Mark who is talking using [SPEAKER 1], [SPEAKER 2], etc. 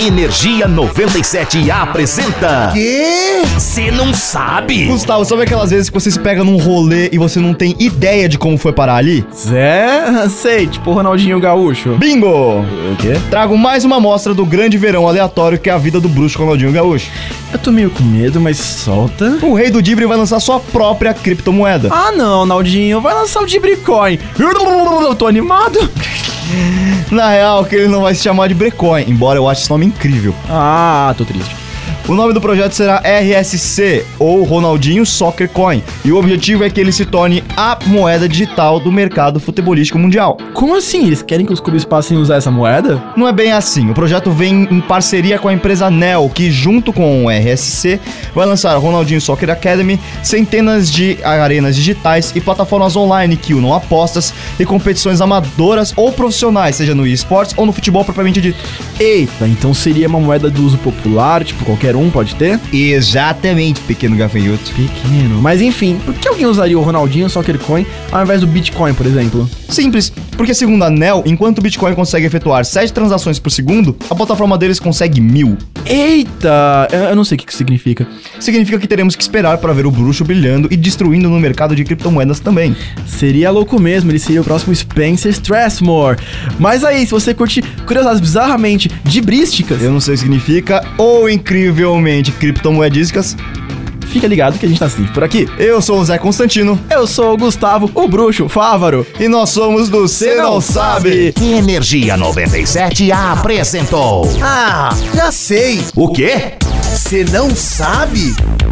[SPEAKER 1] Energia 97 apresenta.
[SPEAKER 2] Quê?
[SPEAKER 1] Você não sabe?
[SPEAKER 2] Gustavo, sabe aquelas vezes que você se pega num rolê e você não tem ideia de como foi parar ali?
[SPEAKER 3] Zé, sei, tipo Ronaldinho Gaúcho.
[SPEAKER 2] Bingo!
[SPEAKER 3] O quê?
[SPEAKER 2] Trago mais uma amostra do grande verão aleatório que é a vida do bruxo Ronaldinho Gaúcho.
[SPEAKER 3] Eu tô meio com medo, mas solta.
[SPEAKER 2] O rei do Dibre vai lançar sua própria criptomoeda.
[SPEAKER 3] Ah não, Naldinho, vai lançar o Dibricoin. Eu tô animado.
[SPEAKER 2] Na real, que ele não vai se chamar de Brecoin, embora eu ache esse nome incrível.
[SPEAKER 3] Ah, tô triste.
[SPEAKER 2] O nome do projeto será RSC, ou Ronaldinho Soccer Coin, e o objetivo é que ele se torne a moeda digital do mercado futebolístico mundial.
[SPEAKER 3] Como assim? Eles querem que os clubes passem a usar essa moeda?
[SPEAKER 2] Não é bem assim. O projeto vem em parceria com a empresa Nel, que junto com o RSC vai lançar o Ronaldinho Soccer Academy, centenas de arenas digitais e plataformas online que unam apostas e competições amadoras ou profissionais, seja no esportes ou no futebol propriamente dito.
[SPEAKER 3] Eita, então seria uma moeda do uso popular, tipo qualquer um pode ter?
[SPEAKER 2] Exatamente, pequeno gafanhoto.
[SPEAKER 3] Pequeno. Mas enfim, por que alguém usaria o Ronaldinho Soccer Coin ao invés do Bitcoin, por exemplo?
[SPEAKER 2] Simples, porque segundo a Nel, enquanto o Bitcoin consegue efetuar 7 transações por segundo, a plataforma deles consegue mil.
[SPEAKER 3] Eita, eu eu não sei o que que significa.
[SPEAKER 2] Significa que teremos que esperar para ver o bruxo brilhando e destruindo no mercado de criptomoedas também.
[SPEAKER 3] Seria louco mesmo, ele seria o próximo Spencer Strassmore. Mas aí, se você curte curiosidades bizarramente dibrísticas,
[SPEAKER 2] Eu não sei o que significa, ou incrivelmente criptomoedísticas.
[SPEAKER 3] fica ligado que a gente tá sempre por aqui.
[SPEAKER 2] Eu sou o Zé Constantino
[SPEAKER 3] Eu sou o Gustavo, o bruxo, Fávaro.
[SPEAKER 2] e nós somos do Cê Não Sabe.
[SPEAKER 1] Energia 97 apresentou.
[SPEAKER 4] Ah, já sei.
[SPEAKER 1] O quê?
[SPEAKER 4] Você não sabe?